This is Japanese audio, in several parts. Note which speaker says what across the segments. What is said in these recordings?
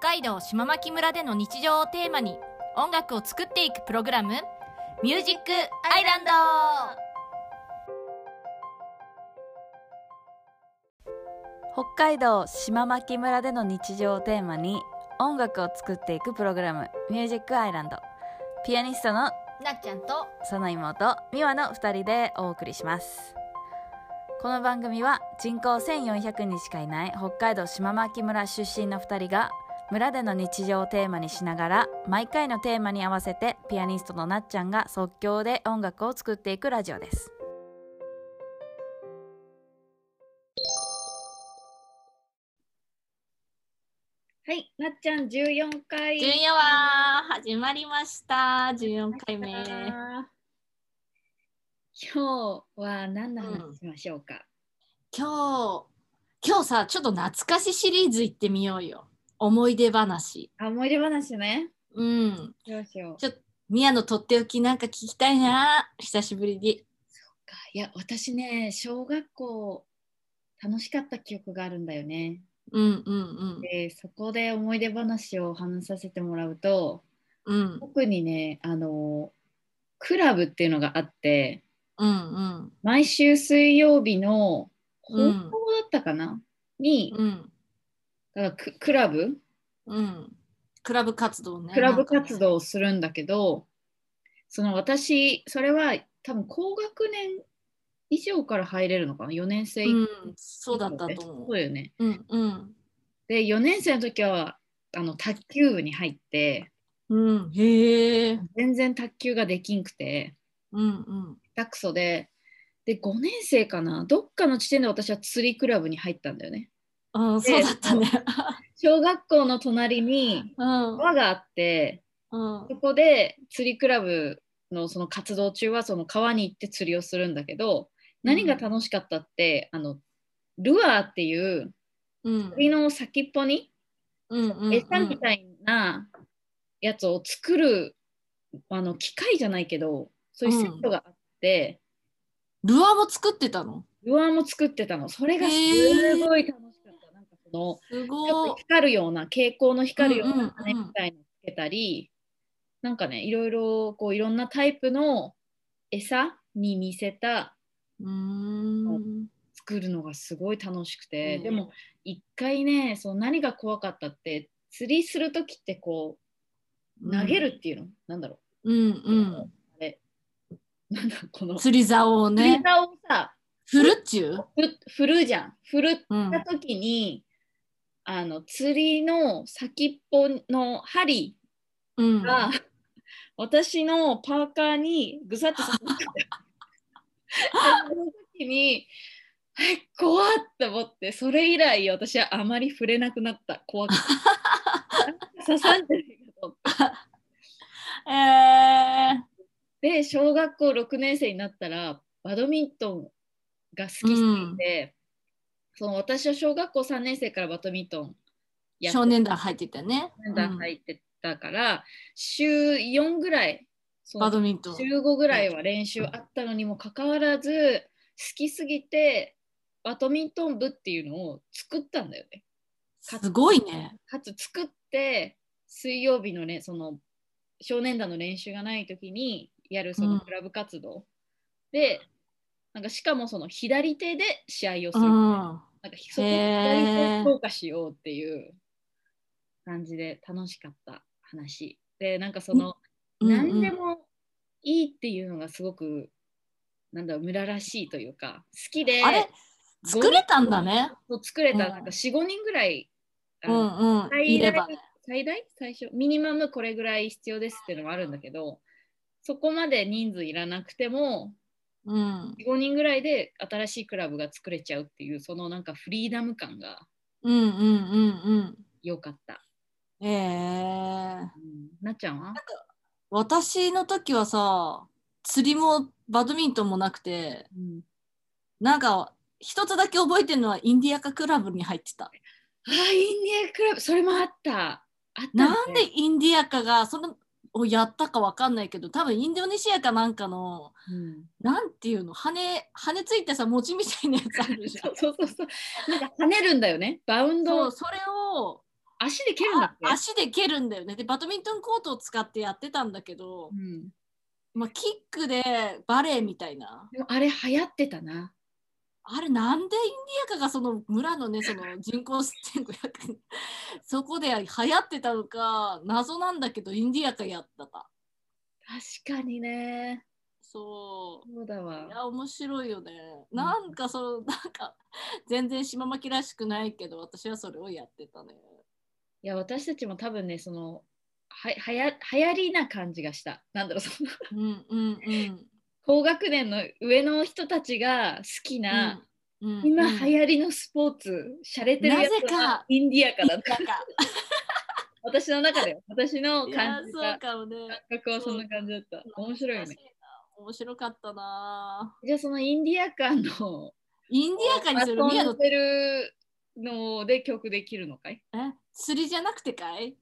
Speaker 1: 海道島牧村での日常をテーマに音楽を作っていくプログラム「ミュージックアイランド」
Speaker 2: 北海道島牧村での日常をテーマに音楽を作っていくプログラム「ミュージックアイランド」ピアニストの
Speaker 1: なっちゃんと
Speaker 2: その妹美和の2人でお送りしますこの番組は人口1400人しかいない北海道島牧村出身の2人が村での日常をテーマにしながら毎回のテーマに合わせてピアニストのなっちゃんが即興で音楽を作っていくラジオです
Speaker 3: はい、なっちゃん十四回。
Speaker 1: 順夜は始まりました14回目
Speaker 3: 今日は何の話しましょうか。
Speaker 1: 今日今日さちょっと懐かしシリーズ行ってみようよ思い出話
Speaker 3: あ、思い出話ね。
Speaker 1: うん
Speaker 3: どうしよう。
Speaker 1: ちょっと宮のとっておきなんか聞きたいな久しぶりに
Speaker 3: かいや、私ね、小学校。楽しかった記憶があるんだよね。
Speaker 1: うんうん
Speaker 3: で、そこで思い出話を話させてもらうと。
Speaker 1: うんうん
Speaker 3: 特にね、あの。クラブっていうのがあって。
Speaker 1: うん
Speaker 3: 毎週水曜日の。放
Speaker 1: う
Speaker 3: 送
Speaker 1: ん
Speaker 3: だったかな。に
Speaker 1: う。ん
Speaker 3: だからククラブ
Speaker 1: うんクラブ活動ね
Speaker 3: クラブ活動をするんだけど、その私、それは多分高学年以上から入れるのかな、4年生以
Speaker 1: う
Speaker 3: 降
Speaker 1: んそうだったと思
Speaker 3: そううだよね。
Speaker 1: うんうん
Speaker 3: で、4年生の時はあの卓球部に入って、
Speaker 1: うんへえ
Speaker 3: 全然卓球ができんくて、
Speaker 1: うんうん
Speaker 3: ダクソで、で、5年生かな、どっかの地点で私は釣りクラブに入ったんだよね。
Speaker 1: うん、そうだったね。
Speaker 3: 小学校の隣に
Speaker 1: うん、
Speaker 3: 川があって、
Speaker 1: うん、
Speaker 3: そこで釣りクラブのその活動中はその川に行って釣りをするんだけど何が楽しかったって、あのルアーっていう
Speaker 1: うん、
Speaker 3: 釣りの先っぽに
Speaker 1: うん、うん、
Speaker 3: 餌みたいなやつを作る、あの機械じゃないけどそういうセットがあって、
Speaker 1: ルアーも作ってたの。
Speaker 3: ルアーも作ってたのそれがすごい楽しかった。なんかその
Speaker 1: す
Speaker 3: ちょっ
Speaker 1: ごい
Speaker 3: と。光るような蛍光の光るような羽
Speaker 1: うんうんうん
Speaker 3: みたいのつけたり、なんかねいろいろこういろんなタイプの餌に似せた
Speaker 1: うーん。
Speaker 3: 作るのがすごい楽しくて、
Speaker 1: うん
Speaker 3: でも一回ねその何が怖かったって釣りする時ってこう投げるっていうの、なんだろ
Speaker 1: うん、
Speaker 3: う、
Speaker 1: うん、
Speaker 3: あれなんだこの
Speaker 1: 釣り竿を
Speaker 3: 釣り
Speaker 1: ね。
Speaker 3: 竿をさ
Speaker 1: 振るっちゅう。
Speaker 3: ふ振るじゃん振る
Speaker 1: うん
Speaker 3: った時に、あの釣りの先っぽの針
Speaker 1: うん。
Speaker 3: が、私のパーカーにぐさっと刺さったんだよでその時にえ怖っと思ってそれ以来私はあまり触れなくなった怖く てなんか刺さんじゃないかと思っ
Speaker 1: ええ
Speaker 3: てで小学校6年生になったらバドミントンが好きすぎて、その私は小学校3年生からバドミントン
Speaker 1: ー。
Speaker 3: やって
Speaker 1: 少年団入ってたよね。
Speaker 3: 少年団入ってたから、週4ぐらいそ
Speaker 1: うん
Speaker 3: の
Speaker 1: バドミントン。
Speaker 3: 週5ぐらいは練習あったのにもかかわらず好きすぎてバドミントン部っていうのを作ったんだよね。
Speaker 1: すごいね。
Speaker 3: かつ作って水曜日のねその少年団の練習がない時にやるそうの
Speaker 1: ん
Speaker 3: クラブ活動、でなんかしかもその左手で試合をす
Speaker 1: う
Speaker 3: る、な
Speaker 1: ん。
Speaker 3: んかそこを左手を強化しようっていう感じで楽しかった話でなんかその、何で
Speaker 1: も。
Speaker 3: もいいっていうのがすごくなんだろう村らしいというか好きで
Speaker 1: あれ。作れたんだね。
Speaker 3: そう作れた
Speaker 1: うん
Speaker 3: なんか45、人ぐらい、
Speaker 1: う
Speaker 3: あの
Speaker 1: ん、うん。い
Speaker 3: 最
Speaker 1: れ
Speaker 3: 大
Speaker 1: ばね。
Speaker 3: 最大最初ミニマムこれぐらい必要ですっていうのもあるんだけどそこまで人数いらなくても
Speaker 1: うん。
Speaker 3: 45人ぐらいで新しいクラブが作れちゃうっていうそのなんかフリーダム感が
Speaker 1: うん、うん、うん、うん。
Speaker 3: 良かった、
Speaker 1: ええー。
Speaker 3: うんなっちゃんは
Speaker 1: 私の時はさ釣りもバドミントンもなくて
Speaker 3: うん
Speaker 1: なんか一つだけ覚えてるのはインディアカクラブに入ってた、
Speaker 3: あーインディアクラブそれもあったあったね
Speaker 1: なんでインディアカがそれをやったかわかんないけど多分インドネシアかなんかの
Speaker 3: うん
Speaker 1: なんていうの羽羽ついてさ餅み たいなやつあるじゃ
Speaker 3: そうそうそうそう。なんか跳ねるんだよね。バウン
Speaker 1: んそ
Speaker 3: ド
Speaker 1: うそれを
Speaker 3: 足で蹴るんだっけ
Speaker 1: あ足で蹴るんだよねでバドミントンコートを使ってやってたんだけど、
Speaker 3: うん、
Speaker 1: まあ、キックでバレーみたいな
Speaker 3: でもあれ流行ってたな。
Speaker 1: あれなんでインディアカがその村のねその人口1500そ こで流行ってたのか謎なんだけどインディアカやったか
Speaker 3: 確かにね。
Speaker 1: そう
Speaker 3: そうだわ
Speaker 1: い。や面白いよね。なんかそのなんか全然島巻らしくないけど私はそれをやってたね。
Speaker 3: いや、私たちも多分ね、その、ははや流行りな感じがした。なんだろう、その
Speaker 1: うんうんうん。
Speaker 3: 高学年の上の人たちが好きな、
Speaker 1: うんうんうん、
Speaker 3: 今流行りのスポーツ、洒落てるやつ
Speaker 1: なぜか
Speaker 3: はインディアカだな。
Speaker 1: なんか
Speaker 3: 私の中 では、私の
Speaker 1: いや
Speaker 3: 感じ
Speaker 1: そう
Speaker 3: た
Speaker 1: かもね。
Speaker 3: 感覚はそんな感じだった。面白いよね。
Speaker 1: 面白かったな。
Speaker 3: じゃあ、そのインディアカの、
Speaker 1: インディアカにする宮
Speaker 3: 遊
Speaker 1: 野
Speaker 3: んでるので曲できるのかい
Speaker 1: え釣りじゃなくてかい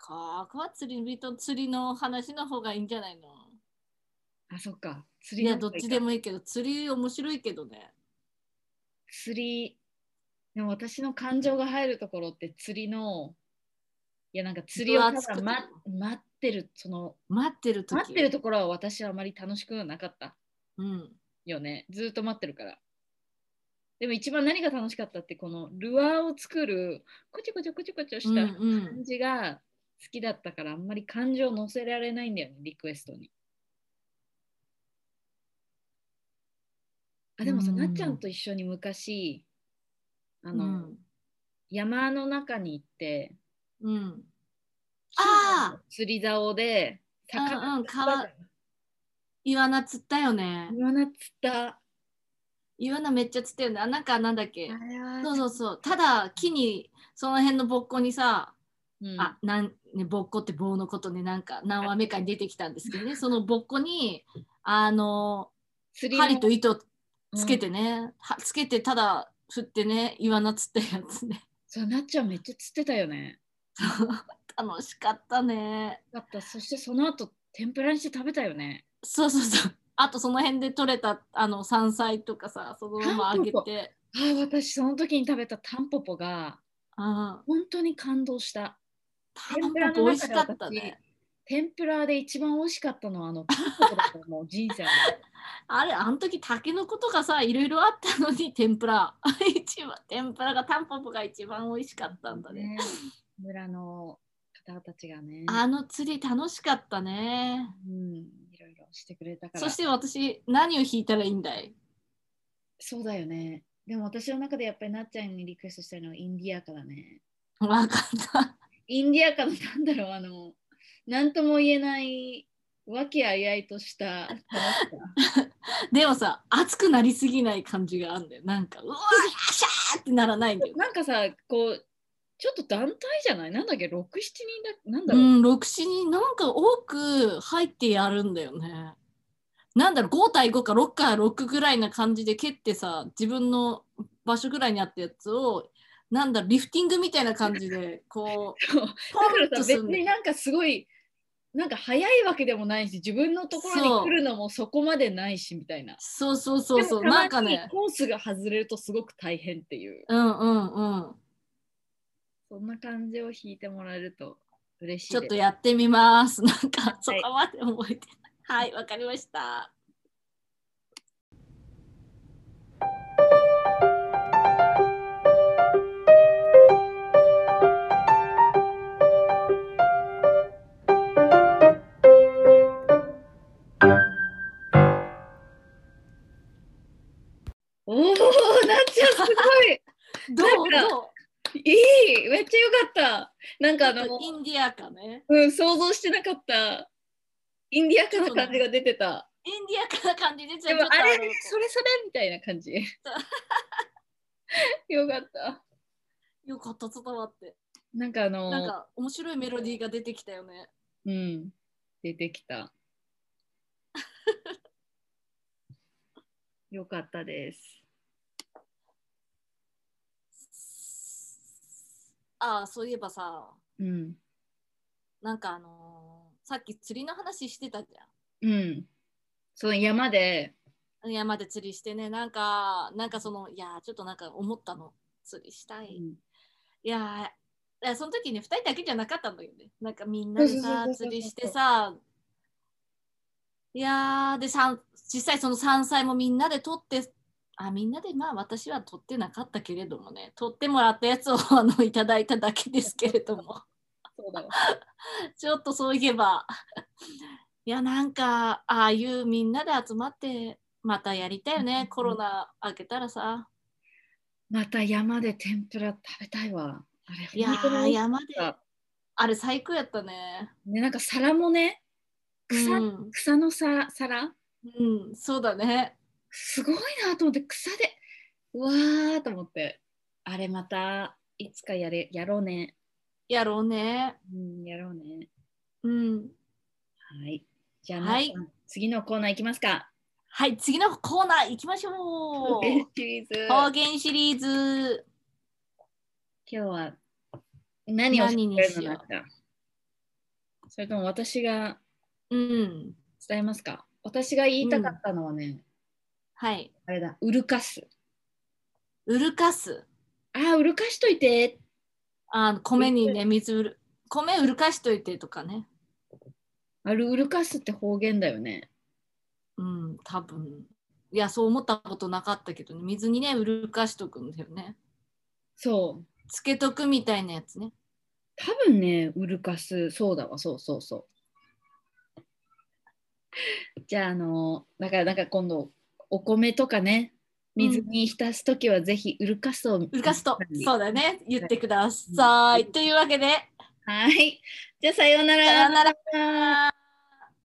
Speaker 1: ここは釣り人釣りの話の方がいいんじゃないの
Speaker 3: あ、そっか。釣
Speaker 1: い
Speaker 3: り
Speaker 1: や
Speaker 3: の
Speaker 1: どっ
Speaker 3: 方がいい
Speaker 1: ち
Speaker 3: か
Speaker 1: でもいいけど釣り面白いけどね。
Speaker 3: 釣りでも私の感情が入るところって釣りのいやなんか釣りをた
Speaker 1: 分厚く
Speaker 3: だ
Speaker 1: て
Speaker 3: 待待ってるその
Speaker 1: 待ってる時
Speaker 3: 待ってるところは私はあまり楽しくなかった
Speaker 1: うん。
Speaker 3: よねずっと待ってるからでも一番何が楽しかったってこのルアーを作るこちょこちょこちょこちょ
Speaker 1: う
Speaker 3: し
Speaker 1: んう
Speaker 3: た
Speaker 1: ん
Speaker 3: 感じが好きだったからあんまり感情を乗せられないんだよねリクエストにあでもさ、
Speaker 1: うん
Speaker 3: なっちゃんと一緒に昔あ
Speaker 1: う
Speaker 3: の、
Speaker 1: ん。
Speaker 3: 山の中に行って
Speaker 1: うん。ああ
Speaker 3: 釣り竿で
Speaker 1: うんう
Speaker 3: 魚
Speaker 1: ん
Speaker 3: 釣ったじ
Speaker 1: イワナ釣ったよね
Speaker 3: ゃん。魚釣った
Speaker 1: イワナめっちゃ釣ったよね。あなんかなんだっけ。そう
Speaker 3: う、
Speaker 1: そうそう。ただ木にその辺のぼっこにさ、
Speaker 3: うん、
Speaker 1: あなんねぼっこって棒のことねなんか何話目かに出てきたんですけどね。そのぼっこにあの
Speaker 3: 釣りの
Speaker 1: 針と糸つけてね、はつけてただ振ってねイワナ釣ったやつね。
Speaker 3: そうなっちゃんめっちゃ釣ってたよね
Speaker 1: 楽しかったね。
Speaker 3: だったそしてその後天ぷらにして食べたよね
Speaker 1: そうそうそう。あとその辺で取れたあの山菜とかさそのままあげ
Speaker 3: タンポポ
Speaker 1: て。
Speaker 3: あー私その時に食べたタンポポが
Speaker 1: うん。
Speaker 3: 本当に感動した
Speaker 1: タンポポ美味しかったね。
Speaker 3: 天ぷらで一番美味しかったのはあのタンポポだったのもう人生の
Speaker 1: あれ、あの時、タケノコとかさ、いろいろあったのに、天ぷら。 一番、天ぷらが、タンポポが一番美味しかったんだね。
Speaker 3: ね 村の方たちがね
Speaker 1: あの釣り楽しかったね。
Speaker 3: うんいろいろしてくれたから
Speaker 1: そして私、何を引いたらいいんだい
Speaker 3: そうだよね。でも私の中でやっぱりなっちゃんにリクエストしたいのはインディアカだね。
Speaker 1: わかった。
Speaker 3: インディアカのなんだろう、あの、なんとも言えない、和気あいあいとした楽し さ。
Speaker 1: でもさ、熱くなりすぎない感じがあるんだよ。なんか、うわよっしゃーってならないんだよ。
Speaker 3: なんかさ、こう、ちょっと団体じゃないなんだっけ、6、7人だ、なんだ
Speaker 1: う
Speaker 3: ろう。
Speaker 1: ん、6、7になんか多く入ってやるんだよね。なんだろう、5対5か6か6ぐらいな感じで蹴ってさ、自分の場所ぐらいにあったやつを、なんだろう、リフティングみたいな感じで、こう、
Speaker 3: そうだから
Speaker 1: ポン
Speaker 3: さ、
Speaker 1: と
Speaker 3: 別
Speaker 1: すん
Speaker 3: に
Speaker 1: で。
Speaker 3: なんかすごい、なんか早いわけでもないし、自分のところ
Speaker 1: そう
Speaker 3: に来るのもそこまでないし、みたいな。
Speaker 1: そうそうそうそう、
Speaker 3: でも
Speaker 1: なん
Speaker 3: た
Speaker 1: か
Speaker 3: まに
Speaker 1: ね、
Speaker 3: コースが外れるとすごく大変っていう。
Speaker 1: うんうんうん。
Speaker 3: そんな感じを弾いてもらえると嬉しい
Speaker 1: ち
Speaker 3: で
Speaker 1: ょ
Speaker 3: す。
Speaker 1: っとやってみます。なん
Speaker 3: は
Speaker 1: か
Speaker 3: い、
Speaker 1: そこまで覚えてない。はい、わかりました。
Speaker 3: おお、なっちゃんす
Speaker 1: どう
Speaker 3: なんか
Speaker 1: ど
Speaker 3: ごい。いい、めっちゃよかった。なんかあの
Speaker 1: う、インディアかね。
Speaker 3: うん、想像してなかった。インディアカの感じが出てた。
Speaker 1: インディアかな感じでち
Speaker 3: で
Speaker 1: ょっ
Speaker 3: も
Speaker 1: と
Speaker 3: あれ、
Speaker 1: の
Speaker 3: それそれみたいな 感じ。よかった。
Speaker 1: よかった、伝わって。
Speaker 3: なんかあの、
Speaker 1: なんか面白いメロディーが出てきたよね。
Speaker 3: うん、出てき た。よかったです。
Speaker 1: ああ、そういえばさ、
Speaker 3: うん、
Speaker 1: なんかあのーさっき釣りの話してたじ
Speaker 3: うん。その山で、
Speaker 1: ゃん。山で釣りしてね、なんか、なんかその、いやー、ちょっとなんか思ったの。釣りしたい。いやー、いやその時ね2人だけじゃなかったんだよねなんかみんなでさ
Speaker 3: そうそうそうそう
Speaker 1: 釣りしてさいやーでさん実際その山菜もみんなで取ってあみんなでまあ私は取ってなかったけれどもね取ってもらったやつをあのいただいただけですけれども
Speaker 3: そうだわ。
Speaker 1: ちょっとそういえばいやなんかああいうみんなで集まってまたやりたいよね、コロナ明けたらさ
Speaker 3: また山で天ぷら食べたいわ。あれ
Speaker 1: いやー
Speaker 3: 本当に美味し
Speaker 1: 山で
Speaker 3: かった
Speaker 1: あれ最高やったね
Speaker 3: ね、なんか皿もね、草,、
Speaker 1: うん
Speaker 3: 草のさ皿
Speaker 1: うん、そうだね
Speaker 3: すごいなと思って、草で、うわーと思って、あれまたいつかやれやろうね。
Speaker 1: やろうね。
Speaker 3: うん、やろうね。
Speaker 1: うん。
Speaker 3: はい。じゃあ、
Speaker 1: はい
Speaker 3: 皆さん次のコーナー行きますか。
Speaker 1: はい、次のコーナー行きましょう。
Speaker 3: シリーズ。
Speaker 1: 方
Speaker 3: 今
Speaker 1: 言シリーズ。
Speaker 3: 日は何をして
Speaker 1: 何
Speaker 3: く
Speaker 1: に
Speaker 3: れる
Speaker 1: しよ
Speaker 3: の
Speaker 1: う
Speaker 3: か。それとも私が
Speaker 1: うん。
Speaker 3: 伝えますか。私が言いたかったのはね、
Speaker 1: はい。
Speaker 3: あれだ、うるかす。
Speaker 1: うるかす。
Speaker 3: あー、うるかしといて。
Speaker 1: あ米にね、水うる。米うるかしといてとかね。
Speaker 3: あれ、うるかすって方言だよね。
Speaker 1: うん、多分。いや、そう思ったことなかったけどね。水にね、うるかしとくんだよね。
Speaker 3: そう。
Speaker 1: つけとくみたいなやつね。
Speaker 3: 多分ね、ウルカス、そうだわ、そうそう そう。じゃあ、あの、だから、なんか今度、お米とかね、水に浸すときは、ぜひ、ウルカスを。
Speaker 1: うるかすと。そう
Speaker 3: う。
Speaker 1: だね。言ってください。というわけで、
Speaker 3: はい。じゃあ、さようなら。
Speaker 1: さようなら。